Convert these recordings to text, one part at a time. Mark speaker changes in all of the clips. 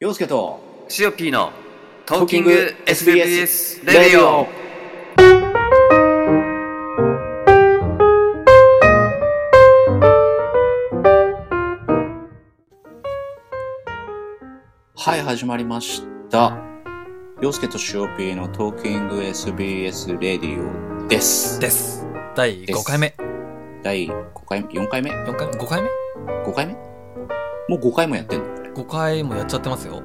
Speaker 1: 洋介と
Speaker 2: シオピーのト
Speaker 1: ーキ
Speaker 2: ーキ
Speaker 1: ン
Speaker 2: ン
Speaker 1: グ
Speaker 2: グ
Speaker 1: SBS
Speaker 2: SBS
Speaker 1: レ
Speaker 2: レ
Speaker 1: デ
Speaker 2: デ
Speaker 1: ィ
Speaker 2: ィ
Speaker 1: オ
Speaker 2: オ。
Speaker 1: はい始まりました洋介と塩ピーのトーキング SBS レディオです
Speaker 2: です。第
Speaker 1: です
Speaker 2: 5回目。
Speaker 1: 第5回目4回目
Speaker 2: 4回目 ?5 回目
Speaker 1: 5回目もう5回もやってんの
Speaker 2: ?5 回もやっちゃってますよ。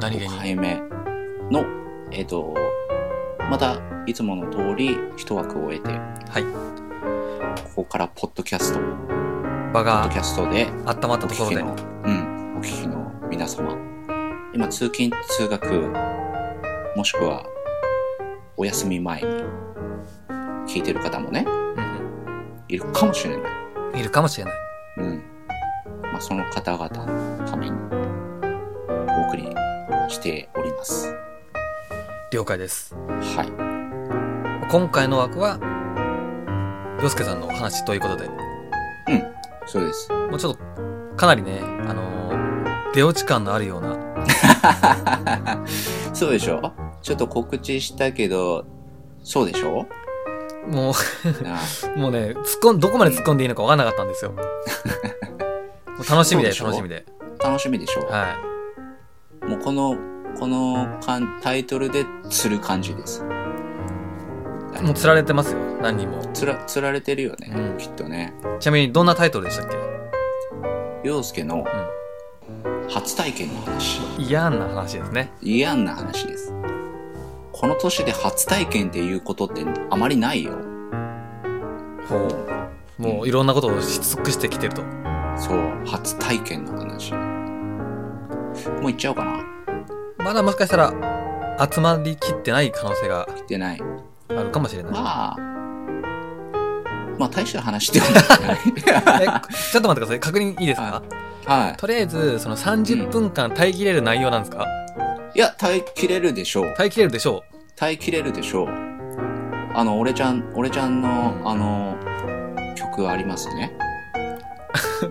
Speaker 2: 何気
Speaker 1: 5
Speaker 2: に。
Speaker 1: 回目のえっ、とまたいつもの通り一枠を終えて
Speaker 2: はい。
Speaker 1: ここからポッドキャストポッ
Speaker 2: 場
Speaker 1: ド
Speaker 2: が
Speaker 1: キャストで
Speaker 2: 温まっ
Speaker 1: お
Speaker 2: たとこ
Speaker 1: 聞
Speaker 2: ろ
Speaker 1: き
Speaker 2: で。
Speaker 1: の、うん、お聞きの皆様。今、通勤・通学、もしくは、お休み前に、聞いてる方もね、
Speaker 2: うん
Speaker 1: いるかもしれない。
Speaker 2: うんいるかもしれない。
Speaker 1: うん。まあ、その方々のために、お送りしております。
Speaker 2: 了解です。
Speaker 1: はい。
Speaker 2: 今回の枠は、洋介さんのお話ということで、
Speaker 1: そうです。
Speaker 2: もうちょっと、かなりね、あのー出落ち感のあるような、
Speaker 1: そうでしょちょっと告知したけど、そうでしょ
Speaker 2: も
Speaker 1: なあ
Speaker 2: う、 もうね、突っ込ん、どこまで突っ込んでいいのか分かんなかったん ですよ。もう楽しみ
Speaker 1: そう
Speaker 2: で、
Speaker 1: でしょ
Speaker 2: 楽しみで。
Speaker 1: 楽しみでしょ、
Speaker 2: は
Speaker 1: もうこの、このかんタイトルで釣る感じです。
Speaker 2: い。もう釣られてますよ、何人も。
Speaker 1: つら、つられてるよね、
Speaker 2: うん
Speaker 1: きっとね。
Speaker 2: ちなみに、どんなタイトルでしたっけ
Speaker 1: 洋介の初体験の話。
Speaker 2: 嫌な話ですね。
Speaker 1: 嫌な話です。この年で初体験っていうことってあまりないよ。
Speaker 2: ほう。もういろんなことをし尽くしてきてると。
Speaker 1: そう、初体験の話。もう行っちゃおうかな。
Speaker 2: まだもしかしたら集まりきってない可能性が
Speaker 1: 来てない。
Speaker 2: あるかもしれない。
Speaker 1: まあ、まあ大した話ではな
Speaker 2: え
Speaker 1: い。
Speaker 2: ちょっと待ってください。確認いいですか
Speaker 1: は
Speaker 2: とりあえず、その30分間耐えきれる内容なんですか
Speaker 1: い。いや、耐えきれるでしょう。
Speaker 2: 耐えきれるでしょ
Speaker 1: 耐えきれるでしょう。あの、俺ちゃん、俺ちゃんの、あの、曲あります ね。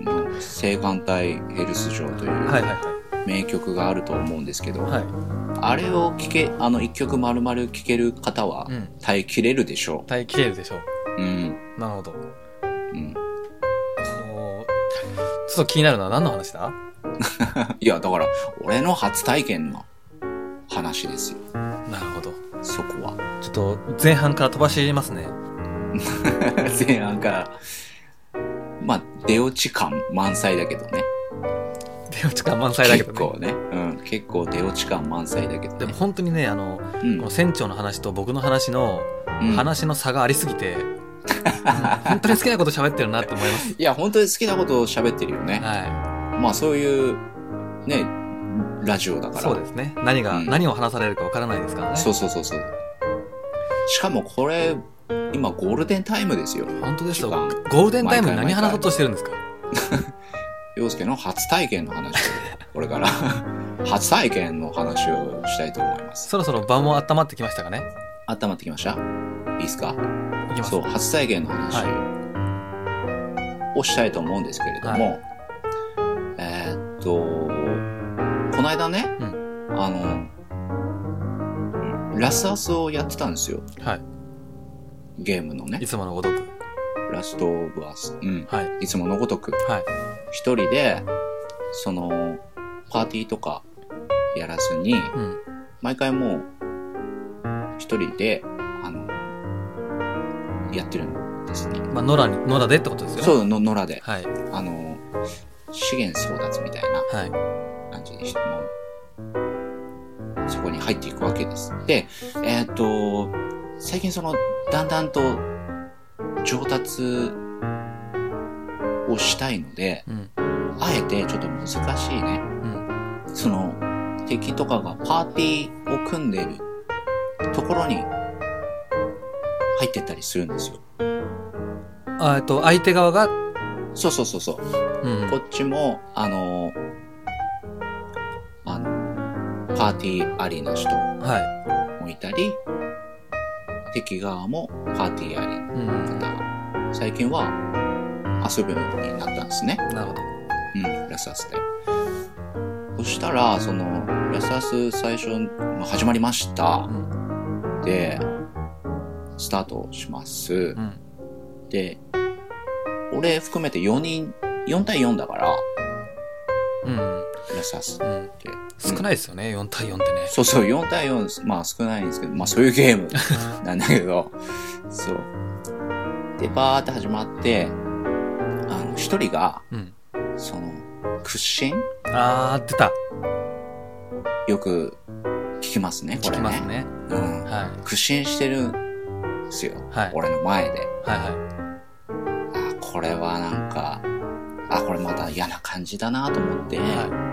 Speaker 1: うん性感帯ヘルス上というう
Speaker 2: はいは
Speaker 1: 名曲があると思うんですけど、
Speaker 2: いはい。はい。
Speaker 1: あれを聴け、あの、一曲丸々聴ける方は
Speaker 2: うん。
Speaker 1: 耐えきれるでしょ
Speaker 2: 耐えきれるでしょう。
Speaker 1: う。うん。
Speaker 2: なるほど。
Speaker 1: うん。
Speaker 2: ほうちょっと気になるのは何の話だ
Speaker 1: いや、だから、俺の初体験の話ですよ。
Speaker 2: なるほど。
Speaker 1: そこは。
Speaker 2: ちょっと前半から飛ばしていますね。
Speaker 1: 前半から、まあ、出落ち感満載だけどね。
Speaker 2: 出落ち感満載だけど
Speaker 1: 結構
Speaker 2: ね。
Speaker 1: ね。うん。結構出落ち感満載だけど
Speaker 2: でも
Speaker 1: ね。
Speaker 2: 本当にね、あの、
Speaker 1: うん
Speaker 2: この船長の話と僕の話の
Speaker 1: うん
Speaker 2: 話の差がありすぎて、 本当に好きなこと喋ってるなって思 います。
Speaker 1: いや、本当に好きなことを喋ってるよね。
Speaker 2: は
Speaker 1: まあそういう、ね、ラジオだ
Speaker 2: い。
Speaker 1: から。
Speaker 2: そうですね。何が、
Speaker 1: うん
Speaker 2: 何を話されるかわからないですからね。
Speaker 1: そうそうそうそう。しかもこれ、今ゴールデンタイムですよ。
Speaker 2: 本当ですよ。
Speaker 1: 時
Speaker 2: ゴ
Speaker 1: 間
Speaker 2: ールデンタイムに何
Speaker 1: 毎回
Speaker 2: 話そうとしてるんですか
Speaker 1: 洋介の初体験の話を、これから初体験の話をしたいと思います。
Speaker 2: そろそろ場も温まってきましたかね
Speaker 1: 温まってきましたいいですか
Speaker 2: いきます。
Speaker 1: そう、初体験の話をしたいと思うんですけれども、えーっと、この間ね、
Speaker 2: う
Speaker 1: あの、ラスアスをやってたんですよ。
Speaker 2: は
Speaker 1: ゲームの
Speaker 2: い。
Speaker 1: ね
Speaker 2: い、つものごとく。
Speaker 1: ラストオブアス。うん。
Speaker 2: はい。
Speaker 1: いつものごとく、
Speaker 2: はい。
Speaker 1: 一人で、その、パーティーとかやらずに、
Speaker 2: うん。
Speaker 1: 毎回もう、一人で、あの、やってるんですね。
Speaker 2: まあ、野良に、野良でってことですよね。
Speaker 1: そう、の野良で。
Speaker 2: はい。
Speaker 1: あの、資源争奪みたいな
Speaker 2: はい。
Speaker 1: 感じでしてもう、そこに入っていくわけです。で、えっ、と、最近その、だんだんと上達をしたいので、
Speaker 2: うん。
Speaker 1: あえてちょっと難しいね。
Speaker 2: うん。
Speaker 1: その、敵とかがパーティーを組んでるところに入ってったりするんですよ。
Speaker 2: あえっと、相手側が、う
Speaker 1: そうそうそうそう。
Speaker 2: ん
Speaker 1: こ。っちも、あの、あの、パーティーありな人
Speaker 2: は
Speaker 1: もいたり、敵側もパーティーあり
Speaker 2: い。うん。
Speaker 1: の方が、最近は遊ぶようになったんですね。
Speaker 2: なるほど。
Speaker 1: うん、ラスアスで。そしたら、その、ラスアス最初、まあ始まりました
Speaker 2: う。ん
Speaker 1: で、スタートします
Speaker 2: う。ん
Speaker 1: で、俺含めて4人、4対4だから、
Speaker 2: うん
Speaker 1: ラスアスっ
Speaker 2: うん
Speaker 1: て。
Speaker 2: 少ないですよね4対4ってね
Speaker 1: そうそう、4対4、まあ少ないんですけど、まあそういうゲームなんだけど、そう。で、バーって始まって、あの、一人が、
Speaker 2: うん
Speaker 1: その、屈伸
Speaker 2: あー出た
Speaker 1: よく聞きますね、こ
Speaker 2: 聞
Speaker 1: れ
Speaker 2: き
Speaker 1: ね。
Speaker 2: ますね
Speaker 1: うん。
Speaker 2: はい
Speaker 1: 屈伸してるんですよ。
Speaker 2: はい
Speaker 1: 俺の前で。
Speaker 2: はいは
Speaker 1: あ、これはなんか、あ、これまた嫌な感じだなと思って、
Speaker 2: いはい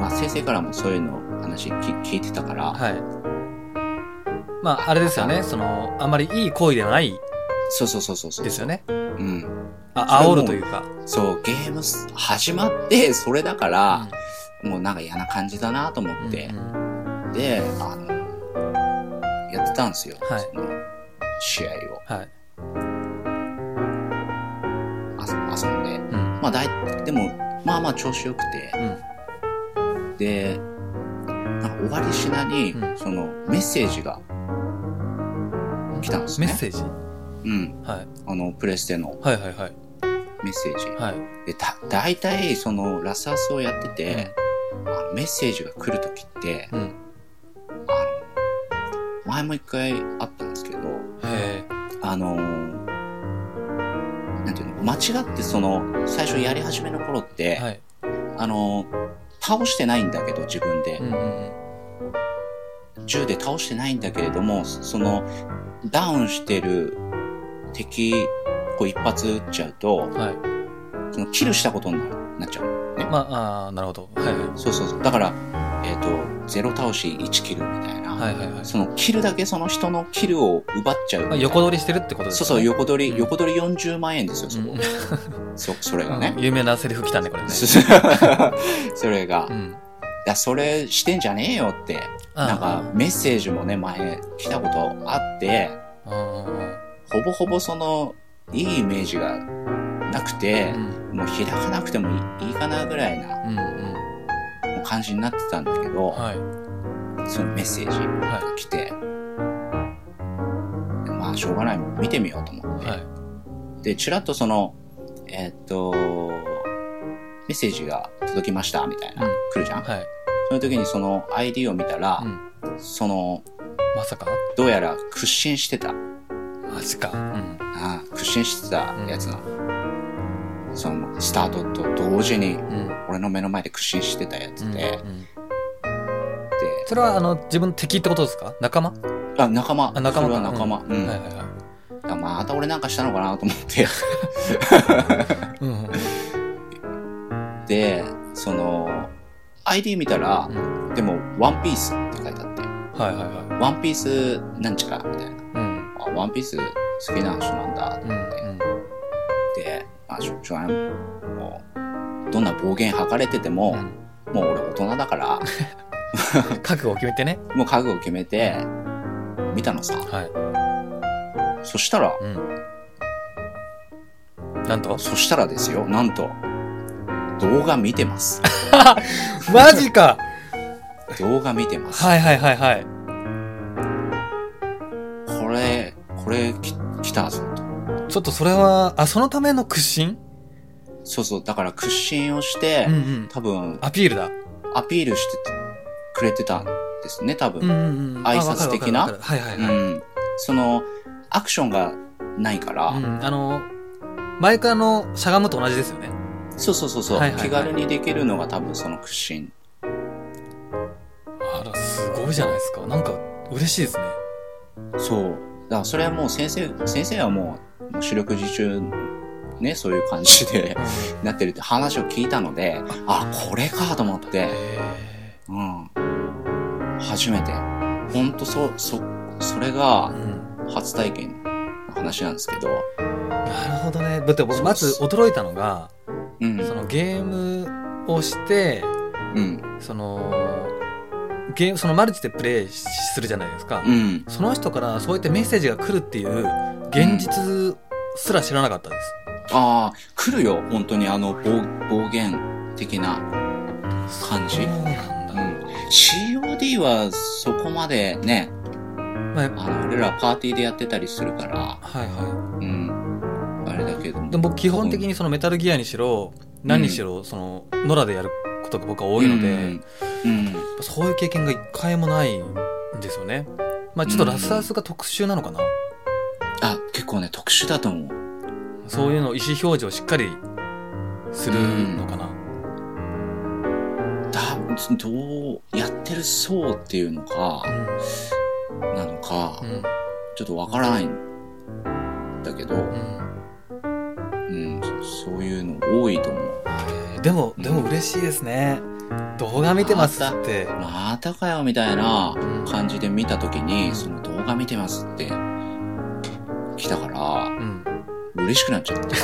Speaker 1: まあ先生からもそういうの話聞聞いてたから、
Speaker 2: はい。まあ、あれですよね。その、あまりいい行為ではない
Speaker 1: そうそうそうそうそう。
Speaker 2: ですよね。
Speaker 1: うん。
Speaker 2: あ、煽るというか。
Speaker 1: そう、ゲームす始まって、それだから、もうなんか嫌な感じだなと思
Speaker 2: うん
Speaker 1: って、
Speaker 2: うんうん
Speaker 1: で、あの、やってたんですよ。
Speaker 2: はい
Speaker 1: その試合を
Speaker 2: はい。
Speaker 1: あ遊んで。
Speaker 2: うん。
Speaker 1: まあだい、でも、まあまあ調子良くて、
Speaker 2: うん。
Speaker 1: で、なんか終わりしなに、
Speaker 2: うん
Speaker 1: そのメッセージが来たんですね
Speaker 2: メッセージ
Speaker 1: うん。
Speaker 2: はい。
Speaker 1: あの、プレステの
Speaker 2: はいはいはい。
Speaker 1: メッセージ。
Speaker 2: はい。
Speaker 1: で、だ、大体、その、ラスアスをやってて、あのメッセージが来るときって、
Speaker 2: うん。
Speaker 1: あの、前も一回あったんですけど、
Speaker 2: へ
Speaker 1: あのー、なんていうの、間違ってその、最初やり始めの頃って、
Speaker 2: え。はい。
Speaker 1: あのー、倒してないんだけど、自分で
Speaker 2: う。んうん
Speaker 1: 銃で倒してないんだけれども、その、ダウンしてる敵、こう一発撃っちゃうと
Speaker 2: う、ん。はい。
Speaker 1: そのキルしたことになっちゃう。ね。
Speaker 2: まあ、あーなるほど。はいはい。
Speaker 1: そうそうそう。だから、えっ、と、0倒し1キルみたいな。
Speaker 2: はいはいはい。
Speaker 1: そのキルだけその人のキルを奪っちゃうみ
Speaker 2: ま
Speaker 1: た
Speaker 2: あ、
Speaker 1: いな。
Speaker 2: 横取りしてるってことです
Speaker 1: そう
Speaker 2: ね
Speaker 1: そう、横取り、
Speaker 2: うん
Speaker 1: 横取り40万円ですよ、そこ。
Speaker 2: う
Speaker 1: そ、それが
Speaker 2: ん
Speaker 1: ね。
Speaker 2: 有名なセリフ来たね、これ ね。
Speaker 1: それが、
Speaker 2: う
Speaker 1: い
Speaker 2: ん。
Speaker 1: や、それしてんじゃねえよって、なんかメッセージもね、前来たことあって、
Speaker 2: あー、うん
Speaker 1: ほぼほぼその、いいイメージがなくて、
Speaker 2: うん
Speaker 1: もう開かなくてもいいいいかなぐらいな
Speaker 2: うん。うんうん。
Speaker 1: もう感じになってたんだけど、
Speaker 2: はい。
Speaker 1: そのメッセージが来て、でまあ、しょうがない、もう見てみようと思って。
Speaker 2: はい。
Speaker 1: で、ちらっとその、えーっと、メッセージが届きました、みたいな、
Speaker 2: うん
Speaker 1: 来るじゃん
Speaker 2: はい。
Speaker 1: その時にその ID を見たら、
Speaker 2: うん。
Speaker 1: その、
Speaker 2: まさか
Speaker 1: どうやら屈伸してた。
Speaker 2: マジか。うん。
Speaker 1: ああ屈伸してたやつが、その、スタートと同時に、
Speaker 2: うん。
Speaker 1: 俺の目の前で屈伸してたやつで、で、
Speaker 2: うんうんそれはあの自分の敵ってことですか仲間
Speaker 1: あ、仲間。
Speaker 2: あ仲間
Speaker 1: それ
Speaker 2: か
Speaker 1: は仲間。うん。
Speaker 2: はいはいはい
Speaker 1: だからまた俺なんかしたのかなと思って。
Speaker 2: うんうん
Speaker 1: で、その、ID 見たら、
Speaker 2: うん
Speaker 1: でも、ワンピースって書いてあって、
Speaker 2: はいはいは
Speaker 1: ワンピースなんちゃらみたいな。
Speaker 2: いうん
Speaker 1: あ、ワンピース好きな人なんだ
Speaker 2: うんうん
Speaker 1: って、あ、しょしょうがない。もう、どんな暴言吐かれてても、もう俺大人だから、
Speaker 2: うん覚悟を決めてね
Speaker 1: もう覚悟決めて、見たのさ。
Speaker 2: はい
Speaker 1: そしたら、
Speaker 2: うんなん と
Speaker 1: そしたらですよ、なんと、動画見てます。
Speaker 2: マジか
Speaker 1: 動画見てます。
Speaker 2: はいはいはいはい
Speaker 1: これ、これき来たぞと。
Speaker 2: ちょっとそれはあそのための屈伸
Speaker 1: そうそう、だから屈伸をして、
Speaker 2: うんうん
Speaker 1: 多分、
Speaker 2: アピールだ
Speaker 1: アピールしてくれてたんですね、多
Speaker 2: う
Speaker 1: 分。
Speaker 2: んうんうんあ
Speaker 1: 挨拶的な
Speaker 2: わかるわかるわか
Speaker 1: う
Speaker 2: る
Speaker 1: ん。
Speaker 2: はいはいはい
Speaker 1: その、アクションがないから、
Speaker 2: うんあの前からのしゃがむと同じですよね
Speaker 1: そうそうそうそう、
Speaker 2: はいはいはい
Speaker 1: 気軽にできるのが多分その屈伸。
Speaker 2: あらすごいじゃないですかなんか嬉しいですね
Speaker 1: そう。だからそれはもう先生、先生はもう、もう四六時中、ね、そういう感じでなってるって話を聞いたので、あ、これかと思って、
Speaker 2: へ
Speaker 1: うん。初めて。ほんとそ、そ、それが
Speaker 2: ーうん
Speaker 1: 初体験の話なんですけど、
Speaker 2: なるほどね。だって僕まず驚いたのが、
Speaker 1: うん、
Speaker 2: そのゲームをして、
Speaker 1: うん、
Speaker 2: その、ゲーム、そのマルチでプレイするじゃないですか。
Speaker 1: うん。
Speaker 2: その人からそういったメッセージが来るっていう現実すら知らなかったです。
Speaker 1: ああ、来るよ、本当にあの、暴暴言的な。感じ
Speaker 2: そうなん
Speaker 1: う
Speaker 2: だ。
Speaker 1: ん。COD はそこまでね、
Speaker 2: まあ、やっぱ
Speaker 1: あの、俺らパーティーでやってたりするから、
Speaker 2: はいは
Speaker 1: うん。あれだけども
Speaker 2: い。でも僕基本的にそのメタルギアにしろ、何にしろ、その、野良でやることが僕は多いので、やっ
Speaker 1: うん。
Speaker 2: ぱそういう経験が一回もないんですよね。まあちょっとラスアースが特殊なのかな。
Speaker 1: あ、結構ね、特殊だと思う。
Speaker 2: そういうのを意思表示をしっかりするのかな。
Speaker 1: だ、どう、やってるそうっていうのか、なのか
Speaker 2: う、ん。
Speaker 1: ちょっとわからないんだけど、
Speaker 2: うん。
Speaker 1: うん、そそういうの多いと思う。
Speaker 2: でも、でも嬉しいですね。動画見てますって。
Speaker 1: またかよみたいな
Speaker 2: うん
Speaker 1: 感じで見たときに、その動画見てますって来たから、
Speaker 2: うん。
Speaker 1: 嬉しくなっちゃって。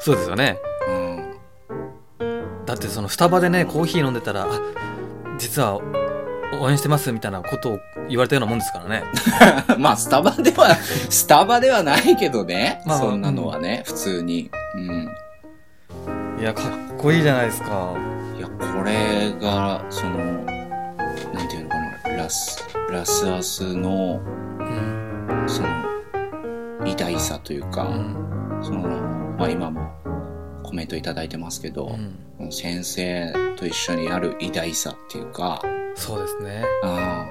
Speaker 2: そうですよね。
Speaker 1: うん。
Speaker 2: だってそのスタバでね、コーヒー飲んでたら、あ、実は応援してますみたいなことを言われたようなもんですからね。
Speaker 1: まあ、スタバでは、 スタバではないけどね。
Speaker 2: まあ
Speaker 1: そんなのはね、普通に。うん。
Speaker 2: いや、かっこいいじゃないですか。
Speaker 1: いや、これが、その、なんていうのかな、ラス、ラスアスの、
Speaker 2: うん。
Speaker 1: その、偉大さという
Speaker 2: う
Speaker 1: か、
Speaker 2: ん。
Speaker 1: その、まあ今もコメントいただいてますけど、先生と一緒にやる偉大さっていうか、
Speaker 2: そうですね。
Speaker 1: あ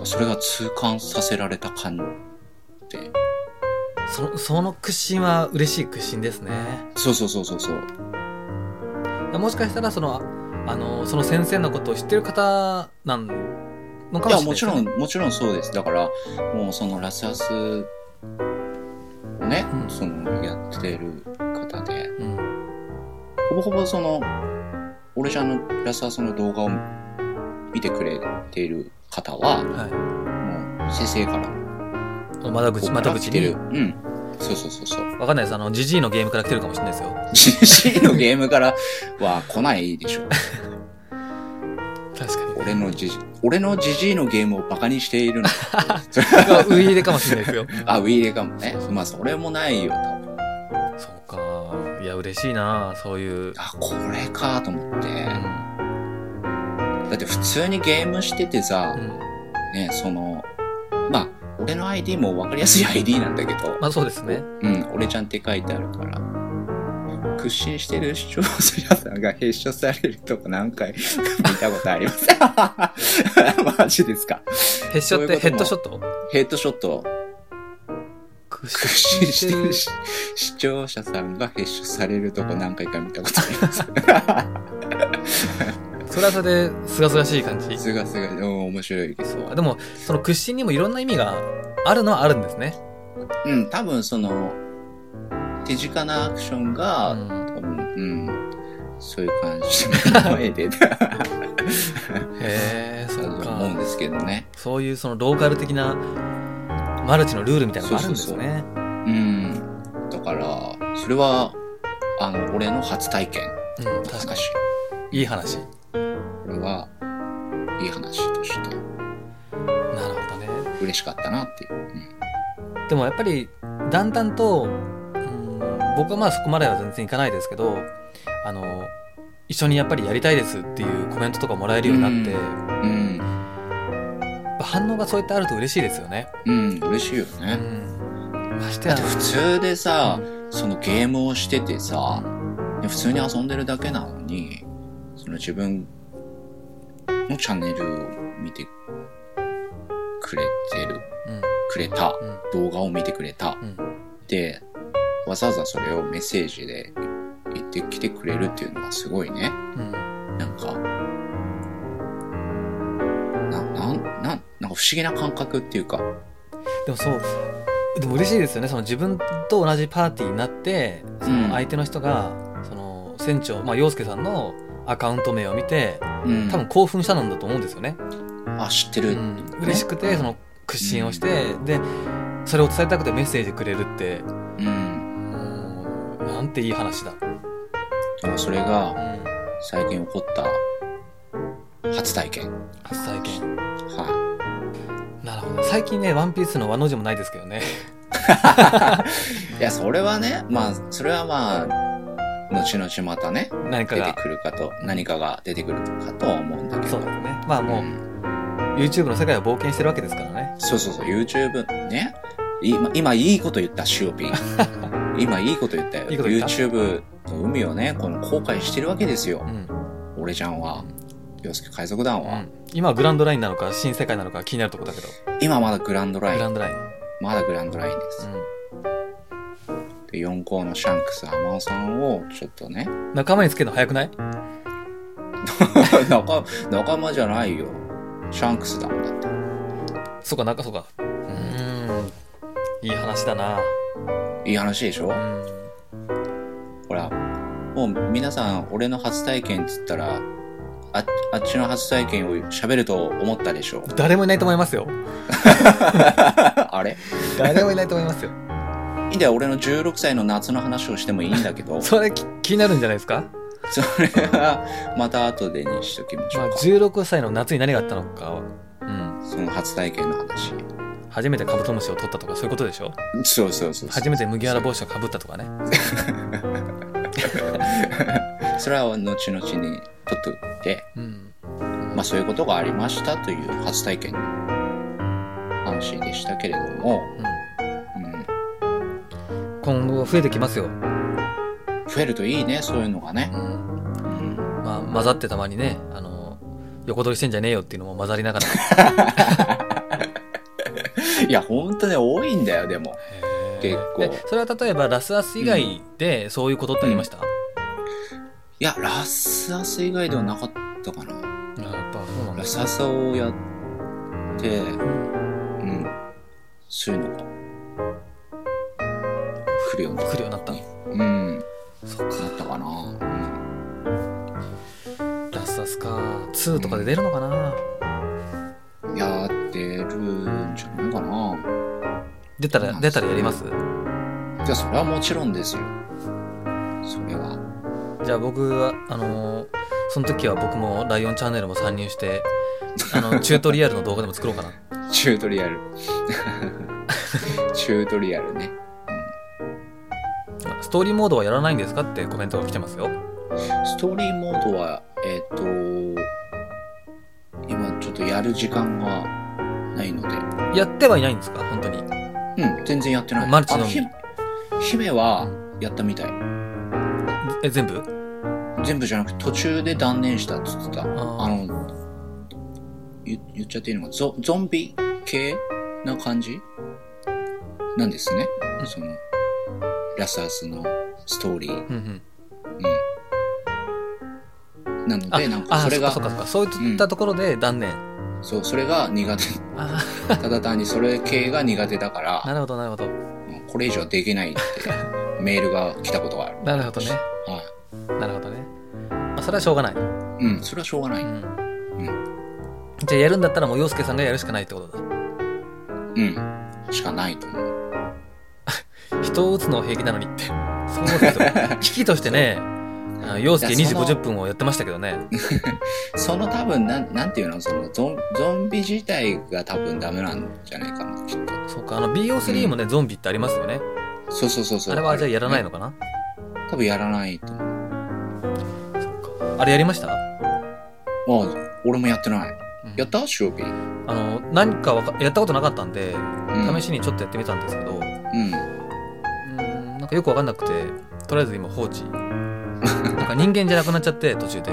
Speaker 1: あ、それが痛感させられた感じで。
Speaker 2: その、その屈伸は嬉しい屈伸ですね。
Speaker 1: そうそうそうそうそう。
Speaker 2: もしかしたら、その、ああの、その先生のことを知ってる方なんのか
Speaker 1: い
Speaker 2: も
Speaker 1: や、
Speaker 2: しれない
Speaker 1: も
Speaker 2: で
Speaker 1: ちろ
Speaker 2: すね。
Speaker 1: ん、もちろんそうです。だから、もうそのラスアスをね、
Speaker 2: うん
Speaker 1: そのやってる方で、
Speaker 2: うん。
Speaker 1: ほぼほぼその、俺ちゃんのラスアスの動画を見てくれている方は、
Speaker 2: はい。
Speaker 1: もう先生から、
Speaker 2: 窓口、窓口
Speaker 1: 来て
Speaker 2: に
Speaker 1: る。。うん。そうそうそうそう。
Speaker 2: わかんないです。あの、ジジイのゲームから来てるかもしれないですよ。
Speaker 1: GC のゲームからは来ないでしょう。
Speaker 2: 確かに。
Speaker 1: 俺のじじ、俺のじじいのゲームをバカにしているの。
Speaker 2: がウイイレかもしれないで すよ。
Speaker 1: あ、ウィーレかもね。まあ、それもないよ、多分。
Speaker 2: そうか。いや、嬉しいな。そういう。
Speaker 1: あ、これかと思って。
Speaker 2: うん。
Speaker 1: だって普通にゲームしててさ
Speaker 2: う、ん
Speaker 1: ね、その、まあ、俺の ID も分かりやすい ID なんだけど、
Speaker 2: まあそうですね。
Speaker 1: うん、俺ちゃんって書いてあるから。屈伸してる視聴者さんが閉所されるとこ何回 見たことありません。 マジですか。
Speaker 2: ヘッショっ
Speaker 1: そうい
Speaker 2: て
Speaker 1: うことも
Speaker 2: ヘッドショット
Speaker 1: ヘッドショット、
Speaker 2: 屈
Speaker 1: 屈伸してるし視聴者さんが閉所されるとこ何回か見たことあります。
Speaker 2: それはそれで、すがすがしい感じ。
Speaker 1: すがすが、うん、面白いけど。
Speaker 2: でも、その屈伸にもいろんな意味があるのはあるんですね。
Speaker 1: うん、多分その、手近なアクション
Speaker 2: う
Speaker 1: が、
Speaker 2: ん。
Speaker 1: 多分、うん、そういう感じの前でだ
Speaker 2: へえ、そ
Speaker 1: と
Speaker 2: う
Speaker 1: 思うん
Speaker 2: か。
Speaker 1: ですけどね。
Speaker 2: そういうそのローカル的な、マルチのルールみたいなのがあるんですね。
Speaker 1: うん。だから、それは、あの、俺の初体験。
Speaker 2: うん、確か
Speaker 1: し
Speaker 2: に。いい話。な
Speaker 1: これは、いい話として、
Speaker 2: るほどね。
Speaker 1: 嬉しかったなっていう。うん
Speaker 2: でもやっぱりだんだんと、うん、僕はまあそこまでは全然いかないですけどあの一緒にやっぱりやりたいですっていうコメントとかもらえるようになって、
Speaker 1: う
Speaker 2: や
Speaker 1: うん。
Speaker 2: っぱ反応がそうやってあると嬉しいですよね。
Speaker 1: うん、嬉しいよ
Speaker 2: う
Speaker 1: ね。
Speaker 2: ん、まして
Speaker 1: だ
Speaker 2: や
Speaker 1: って普通でさ、そのゲームをしててさ、で普通に遊んでるだけなのに、その自分のチャンネルを見てくれてる、
Speaker 2: うん
Speaker 1: くれた、
Speaker 2: うん
Speaker 1: 動画を見てくれた、
Speaker 2: うん
Speaker 1: で、わざわざそれをメッセージで言ってきてくれるっていうのがすごいね。
Speaker 2: うん
Speaker 1: なんか、な、なん、なん、なんか不思議な感覚っていうか、
Speaker 2: でもそうでも嬉しいですよねその自分と同じパーティーになってその相手の人が、その船長、まあ、陽介さんのアカウント名を見て
Speaker 1: うん
Speaker 2: 多分興奮したんだと思うんですよね。
Speaker 1: あ、知ってる。
Speaker 2: うん、嬉しくてその屈伸をして、でそれを伝えたくてメッセージくれるって
Speaker 1: うん。
Speaker 2: もうなんていい話だ、
Speaker 1: でもそれ
Speaker 2: う
Speaker 1: が
Speaker 2: ん、
Speaker 1: 最近起こった初体験。
Speaker 2: 初体験
Speaker 1: はい。
Speaker 2: なるほど最近ね「ワンピースの和の字もないですけどね
Speaker 1: いや、それはね、まあ、それはまあ、後々またね、
Speaker 2: 何か
Speaker 1: 出て
Speaker 2: が。
Speaker 1: くるかと、何かが出てくるかとは思うんだけ
Speaker 2: そ
Speaker 1: ど。
Speaker 2: うですね。まあもう、
Speaker 1: ん
Speaker 2: YouTube の世界を冒険してるわけですからね。
Speaker 1: そうそうそう、YouTube ね。今、今いいこと言った、シオピン。 今いいこと言ったよ。
Speaker 2: いいこと言った
Speaker 1: YouTube の海をね、この後悔してるわけですよ
Speaker 2: う。ん。
Speaker 1: 俺ちゃんは、洋介海賊団
Speaker 2: う
Speaker 1: は、
Speaker 2: ん、今はグランドラインなのか、新世界なのか気になるとこだけど。
Speaker 1: 今まだグランドライ
Speaker 2: グ
Speaker 1: ン。
Speaker 2: ランドライン。うん。
Speaker 1: まだグランドラインです。で、4校のシャンクス、浜尾さんを、ちょっと ね、
Speaker 2: 仲間につけるの早くない
Speaker 1: 仲、仲間じゃないよ。シャンクスだもんだって。
Speaker 2: そうか、なんかそうか。うーん。いい話だな。
Speaker 1: いい話でしょ
Speaker 2: うん。
Speaker 1: ほら、もう皆さん、俺の初体験っつったら、ああっちの初体験を喋ると思ったでしょ
Speaker 2: 誰もいないと思いますよ。
Speaker 1: あれ
Speaker 2: 誰もいないと思いますよ。
Speaker 1: いいんだよ、俺の16歳の夏の話をしてもいいんだけ ど、そ
Speaker 2: それき気になるんじゃないですか
Speaker 1: れはまた後でにしときまし
Speaker 2: ま
Speaker 1: ょ
Speaker 2: あ、
Speaker 1: うか。
Speaker 2: 16歳の夏に何があったのかは、うん。
Speaker 1: その初体験の話。
Speaker 2: 初めてカブトムシを取ったとかそういうことでしょ
Speaker 1: そうそうそうそう。
Speaker 2: 初めて麦わら帽子をかぶったとかね。
Speaker 1: それは後々に取っといて、
Speaker 2: うん。
Speaker 1: まあそういうことがありましたという初体験の話でしたけれども、
Speaker 2: う
Speaker 1: うん、
Speaker 2: ん。今後増えてきますよ。
Speaker 1: 増えるといいね、そういうのがね
Speaker 2: う。ん。
Speaker 1: うん
Speaker 2: まあ、混ざってたまにね、あの、横取りしてんじゃねえよっていうのも混ざりながら。
Speaker 1: いや、ほんとね、多いんだよ、でも。結構
Speaker 2: えそれは例えばラスアス以外でそういうことってありました、
Speaker 1: いや、ラスアス以外ではなかったかな。
Speaker 2: あやっぱそうなん
Speaker 1: ラ
Speaker 2: だ。
Speaker 1: スアスをやって、うん。そういうのが、来るようになっ
Speaker 2: 来るようになった。
Speaker 1: た。うん。
Speaker 2: そっ
Speaker 1: なったかな。うん
Speaker 2: か。ラスアスか。2とかで出るのかな、
Speaker 1: いや、出るんじゃないかな。
Speaker 2: 出た
Speaker 1: そうな
Speaker 2: ら、
Speaker 1: んで
Speaker 2: 出
Speaker 1: す
Speaker 2: たらやります
Speaker 1: いや、それはもちろんですよ。それは。
Speaker 2: じゃあ僕は、あのーその時は僕もライオンチャンネルも参入して、あ の、チュートリアルの動画でも作ろうかな。
Speaker 1: チュートリアル。チュートリアルね。
Speaker 2: ストーリーモードはやらないんですかってコメントが来てますよ。
Speaker 1: ストーリーモードは、えっ、と、今ちょっとやる時間がないので、
Speaker 2: やってはいないんですか本当に。
Speaker 1: うん、全然やってない。
Speaker 2: マルチのみ
Speaker 1: あひ姫はやったみたい。
Speaker 2: え、全部
Speaker 1: 全部じゃなくて途中で断念したっつってた。あ
Speaker 2: あ
Speaker 1: の、言言っちゃっていいのかゾ、ゾンビ系な感じなんですね
Speaker 2: う。ん
Speaker 1: その、ラスアスのストーリー。
Speaker 2: うんうん。
Speaker 1: うん。なの
Speaker 2: あ
Speaker 1: で、なん、か
Speaker 2: あ
Speaker 1: そ
Speaker 2: そ
Speaker 1: れ
Speaker 2: っか
Speaker 1: が、
Speaker 2: そっかそっか。そういったところで断念。
Speaker 1: そう、それが苦手。
Speaker 2: あ
Speaker 1: ただ単にそれ系が苦手だか
Speaker 2: あ、な
Speaker 1: ら、
Speaker 2: るほどなるほど。
Speaker 1: うんこれ以上はできない ってメールが来たことがある。
Speaker 2: なるほどね。
Speaker 1: は
Speaker 2: なるほどね。まあ、それはしょうがない。う
Speaker 1: い。うん、それはしょうがない。
Speaker 2: ん。じゃあやるんだったらもう洋介さんがやるしかないってことだ。
Speaker 1: うん。しかないと思う。
Speaker 2: 人を打つのは平気なのにって。 そう思うけど。危機としてね、あの洋介
Speaker 1: いや
Speaker 2: 2時
Speaker 1: その
Speaker 2: 50分をやってましたけどね。
Speaker 1: その多分、なん、なんていうのそのゾン、ゾンビ自体が多分ダメなんじゃないかな、きっ
Speaker 2: そうか、あの BO3 もね、ゾンビってありますよね。
Speaker 1: と。そうそうそうそう。
Speaker 2: あれはじゃあやらない
Speaker 1: の
Speaker 2: のかな、
Speaker 1: 多分やらないと思
Speaker 2: あれやりました
Speaker 1: う。まあ、俺もやってない。やったシロピー。
Speaker 2: あの、何かわかやったことなかったんで、
Speaker 1: うん。
Speaker 2: 試しにちょっとやってみたんですけど、う
Speaker 1: うん。
Speaker 2: ーん、なんかよくわかんなくて、とりあえず今放置。 なんか人間じゃなくなっちゃって、途中で。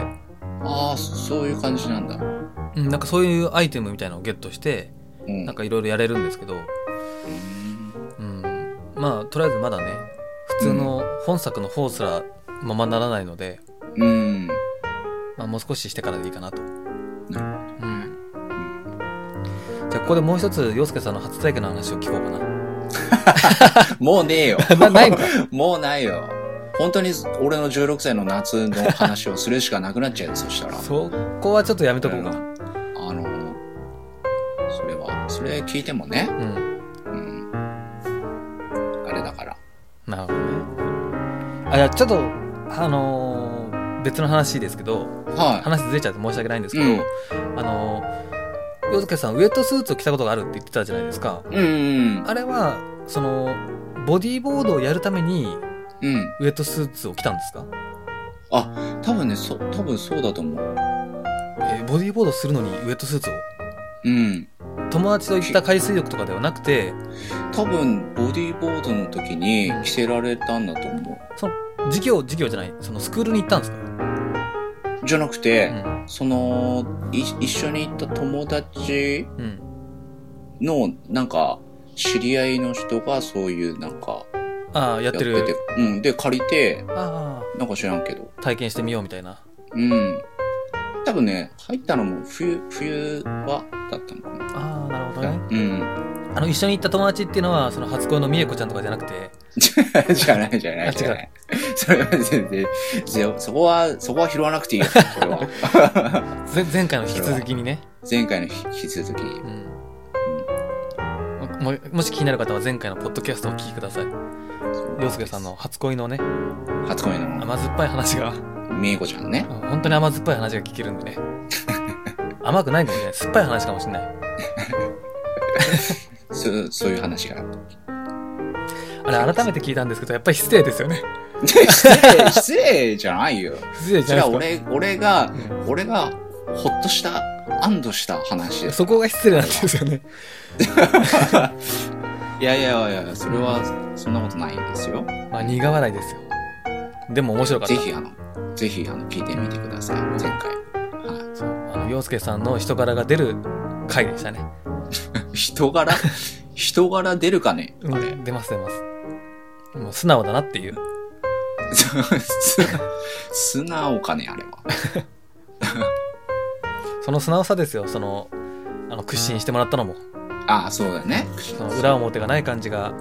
Speaker 1: ああ、そそういう感じなんだ。
Speaker 2: うん、なんかそういうアイテムみたいなのをゲットして、
Speaker 1: うん。
Speaker 2: なんかいろいろやれるんですけど、
Speaker 1: うん
Speaker 2: うん、まあ、とりあえずまだね、普通の本作の方すらままならないので、
Speaker 1: うん。
Speaker 2: まあ、もう少ししてからでいいかなと。
Speaker 1: な
Speaker 2: うん。じゃあ、ここでもう一つ、洋介さんの初体験の話を聞こうかな。
Speaker 1: もうねえよ。
Speaker 2: な、ないんか
Speaker 1: もうないよ。本当に俺の16歳の夏の話をするしかなくなっちゃうよ、そしたら。
Speaker 2: そこはちょっとやめとこうか。
Speaker 1: あの、それは、それ聞いてもね、
Speaker 2: うん。
Speaker 1: うん。あれだから。
Speaker 2: なるほどね。あ、いや、ちょっと、あのー別の話ですけど、
Speaker 1: は
Speaker 2: 話ずれちゃって申し訳ないんです
Speaker 1: い。
Speaker 2: け
Speaker 1: う
Speaker 2: ど、
Speaker 1: ん。
Speaker 2: あのー、洋介さん、ウェットスーツを着たことがあるって言ってたじゃないですか。
Speaker 1: うん。
Speaker 2: あれは、その、ボディーボードをやるために、
Speaker 1: うん。
Speaker 2: ウェットスーツを着たんですか
Speaker 1: あ、多分ね、そ、多分そうだと思う。
Speaker 2: えーボディーボードするのにウェットスーツを
Speaker 1: うん。
Speaker 2: 友達と行った海水浴とかではなくて
Speaker 1: 多分、ボディーボードの時に着せられたんだと思
Speaker 2: 授業授業じゃないそのスクールに行ったんですか、
Speaker 1: う。じゃなくて、
Speaker 2: うん
Speaker 1: その、い一緒に行った友達
Speaker 2: うん、
Speaker 1: の、なんか、知り合いの人がそういう、なんか、
Speaker 2: ああや
Speaker 1: や
Speaker 2: ってる
Speaker 1: てうん。で、借りて、
Speaker 2: あ
Speaker 1: なんか知らんけど。
Speaker 2: あ体験してみようみたいな
Speaker 1: うん。多分ね、入ったのも冬、冬はだったのかな。
Speaker 2: ああなるほどね
Speaker 1: うん。
Speaker 2: あの一緒に行った友達っていうのはその初恋の美恵子ちゃんとかじゃなくて
Speaker 1: じゃないじゃ
Speaker 2: あ
Speaker 1: な
Speaker 2: 違う
Speaker 1: いじゃない。それは全然、そそこは、そこは拾わなくていいよ。それは
Speaker 2: ぜ前回の引き続きにね、
Speaker 1: 前回の引き続き。
Speaker 2: うんもももし気になる方は前回のポッドキャストをお聞きください涼介さんの。初恋のね
Speaker 1: 初恋の、
Speaker 2: 甘酸っぱい話が
Speaker 1: みえこちゃんね。
Speaker 2: 本当に甘酸っぱい話が聞けるんでね 甘くないかもしれない酸っぱい話かもしれない
Speaker 1: そう、そういう話が。
Speaker 2: あれ改めて聞いたんですけどやっぱり失礼ですよね
Speaker 1: 失礼、失礼じゃないよ。
Speaker 2: 失礼じ
Speaker 1: そ
Speaker 2: ゃ
Speaker 1: れ
Speaker 2: な
Speaker 1: はい
Speaker 2: で
Speaker 1: 俺、俺が、
Speaker 2: すか
Speaker 1: 俺が、ほっとした、安堵した話
Speaker 2: うん
Speaker 1: です。
Speaker 2: そこが失礼なんですよね
Speaker 1: いやいやいや、それは、そんなことないんですよ。
Speaker 2: まあ苦笑いですよでも面白かった
Speaker 1: ぜひ、あの、ぜひ、あの、聞いてみてください。前回。は
Speaker 2: そうあの陽介さんの人柄が出る回でしたね、
Speaker 1: い。人柄、人柄出るかねあれ。
Speaker 2: 出ます出ますもう素直だなっていう
Speaker 1: す 素直かね、あれは。
Speaker 2: その素直さですよそのあの屈伸してもらったのも
Speaker 1: ああ、そうだね。
Speaker 2: その裏表がない感じが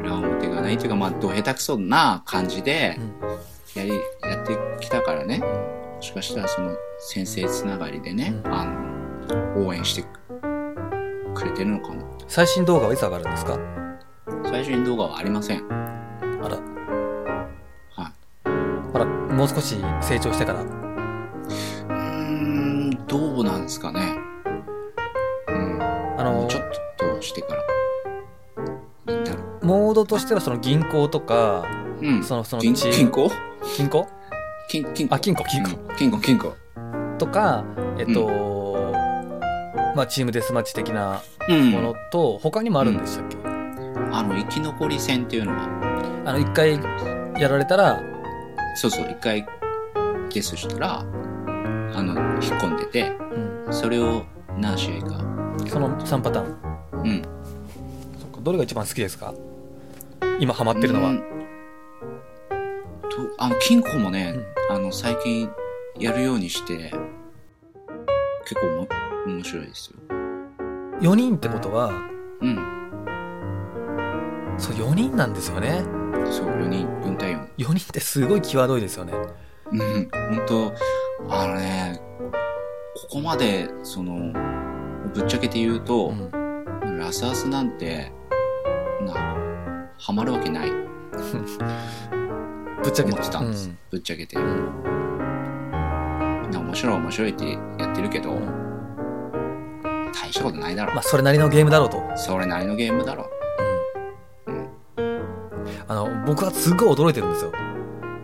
Speaker 1: 裏表がないというか、まあ、ど下手くそな感じで
Speaker 2: うん、
Speaker 1: やり、やってきたからね。もしかしたら、その、先生つながりでね、
Speaker 2: うん
Speaker 1: あの、応援してくれてるのかも。
Speaker 2: 最新動画はいつ上がるんですか
Speaker 1: 最初に動画はありません。
Speaker 2: あら
Speaker 1: はい。
Speaker 2: ほらもう少し成長してから
Speaker 1: うーん、どうなんですかね。うん。
Speaker 2: あ
Speaker 1: も
Speaker 2: の
Speaker 1: うちょっとしてから。いいんだろう。
Speaker 2: モードとしてはその銀行とか
Speaker 1: うん。
Speaker 2: そのその
Speaker 1: 銀
Speaker 2: チー
Speaker 1: 銀行
Speaker 2: 銀行
Speaker 1: 金金庫
Speaker 2: あ金庫金庫
Speaker 1: うん金庫金庫
Speaker 2: とかえっと、まあチームデスマッチ的な
Speaker 1: うん
Speaker 2: ものと、他にもあるんでしたっけ、
Speaker 1: あの生き残り戦っていうのは
Speaker 2: あの一回やられたら
Speaker 1: そうそう一回ゲスしたらあの引っ込んでて
Speaker 2: うん
Speaker 1: それを何試合か
Speaker 2: その3パターン
Speaker 1: うん
Speaker 2: そっかどれが一番好きですか今ハマってるのは、
Speaker 1: うんとあの金庫もね
Speaker 2: う、ん
Speaker 1: あの最近やるようにして結構も面白いですよ
Speaker 2: 4人ってことは
Speaker 1: うん
Speaker 2: そう4人なんですよね
Speaker 1: そう4人4対4
Speaker 2: 4人ってすごい際どいですよね
Speaker 1: うん、本当あのね、ここまで、その、ぶっちゃけて言うと、
Speaker 2: ん、
Speaker 1: ラスアスなんて、な、ハマるわけない。
Speaker 2: ぶっちゃけ
Speaker 1: 思ってたんですぶっちゃけて。
Speaker 2: う
Speaker 1: なんんか面白い面白いってやってるけど、
Speaker 2: ん
Speaker 1: 大したことないだろ。
Speaker 2: まあ、それなりのゲームだろうと、
Speaker 1: それなりのゲームだろ。うん
Speaker 2: あの僕はすっごい驚いてるんですよ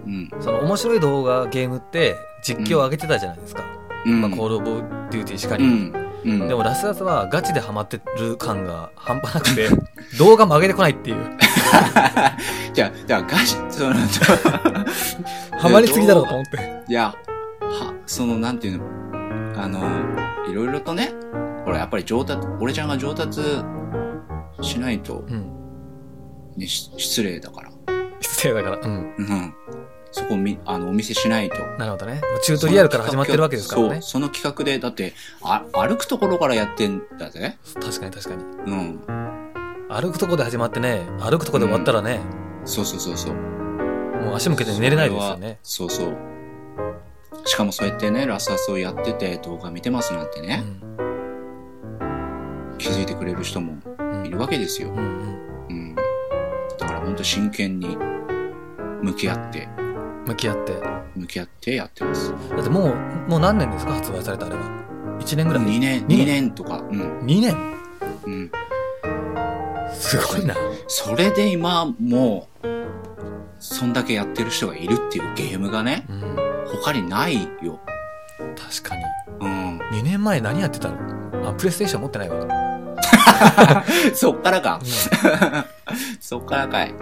Speaker 1: うん。
Speaker 2: その面白い動画ゲームって実況を上げてたじゃないですか、
Speaker 1: うん。
Speaker 2: まあ、コール・オブ・デューティーしか
Speaker 1: う
Speaker 2: り、
Speaker 1: ん。うん。
Speaker 2: でもラスラスはガチでハマってる感が半端なくて 動画も上げてこないっていう
Speaker 1: じゃあ、じゃあ、ガチ、 その、
Speaker 2: ハマりすぎだろうと思って
Speaker 1: いや、は、その、なんていうの、あの、いろいろとね、ほら、やっぱり上達、俺ちゃんが上達しないと、
Speaker 2: うん
Speaker 1: ね、し失礼だから。
Speaker 2: 失礼だからう
Speaker 1: う
Speaker 2: ん
Speaker 1: ん。そこみ、あの、お見せしないと。
Speaker 2: なるほどねもうチュートリアルから始まってるわけですから
Speaker 1: そう、
Speaker 2: ね
Speaker 1: その企画で、だって、あ、歩くところからやってんだぜ。
Speaker 2: 確かに確かに
Speaker 1: うん。
Speaker 2: 歩くとこで始まってね歩くとこで終わったらね、
Speaker 1: そうそうそうそう。
Speaker 2: もう足向けて寝れないですよね
Speaker 1: それは。そうそう。しかもそうやってね、ラスアスをやってて動画見てますなんて
Speaker 2: う
Speaker 1: ね、
Speaker 2: ん
Speaker 1: 気づいてくれる人も
Speaker 2: うん
Speaker 1: いるわけですよ。
Speaker 2: うんうん
Speaker 1: うん、だから本当真剣に向き合って
Speaker 2: 向き合って
Speaker 1: 向き合ってやってます
Speaker 2: だってもうもう何年ですか発売されたあれは1年ぐらい
Speaker 1: 2年
Speaker 2: 二年
Speaker 1: 二年とかうん
Speaker 2: 2年
Speaker 1: うん
Speaker 2: すごいな
Speaker 1: それで今もうそんだけやってる人がいるっていうゲームがね
Speaker 2: うん
Speaker 1: 他にないよ。
Speaker 2: 確かに。
Speaker 1: うん。
Speaker 2: 2年前何やってたのあ、プレイステーション持ってないわ。うん
Speaker 1: そっからか。
Speaker 2: そう
Speaker 1: そっからかい。
Speaker 2: か。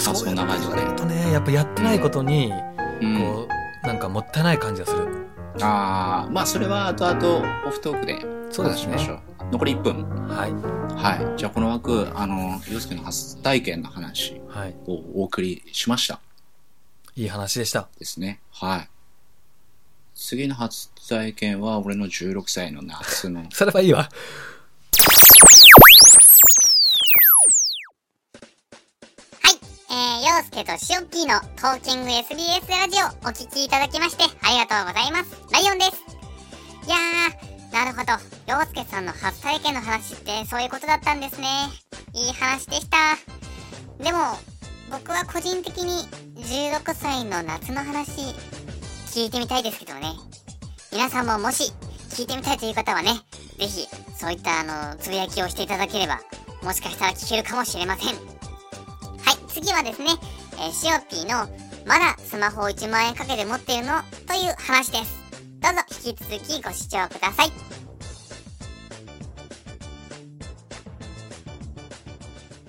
Speaker 1: そんな感じだね
Speaker 2: えっとね、やっぱやってないことに、
Speaker 1: うん。
Speaker 2: こう、なんかもったいない感じがする。
Speaker 1: ああ、まあそれは後々オフトークで
Speaker 2: そうで
Speaker 1: 話
Speaker 2: す
Speaker 1: し
Speaker 2: ね
Speaker 1: ま。しょう。残り1分。
Speaker 2: はい。
Speaker 1: はい。じゃあこの枠、あの、洋介の初体験の話
Speaker 2: はい。
Speaker 1: をお送りしました。
Speaker 2: いい話でした。
Speaker 1: ですね。はい。次の初体験は俺の16歳の夏の。
Speaker 2: それはいいわ。
Speaker 3: はい、えー、洋介としおっきーのトーキング SBS ラジオお聞きいただきましてありがとうございます。ライオンです。いやー、なるほど。洋介さんの初体験の話ってそういうことだったんですね。いい話でした。でも、僕は個人的に16歳の夏の話、聞いてみたいですけどね。皆さんももし聞いてみたいという方はね、ぜひそういったあの、つぶやきをしていただければ、もしかしたら聞けるかもしれません。はい、次はですね、えー、シオピーのまだスマホを1万円かけて持っているのという話です。どうぞ引き続きご視聴ください。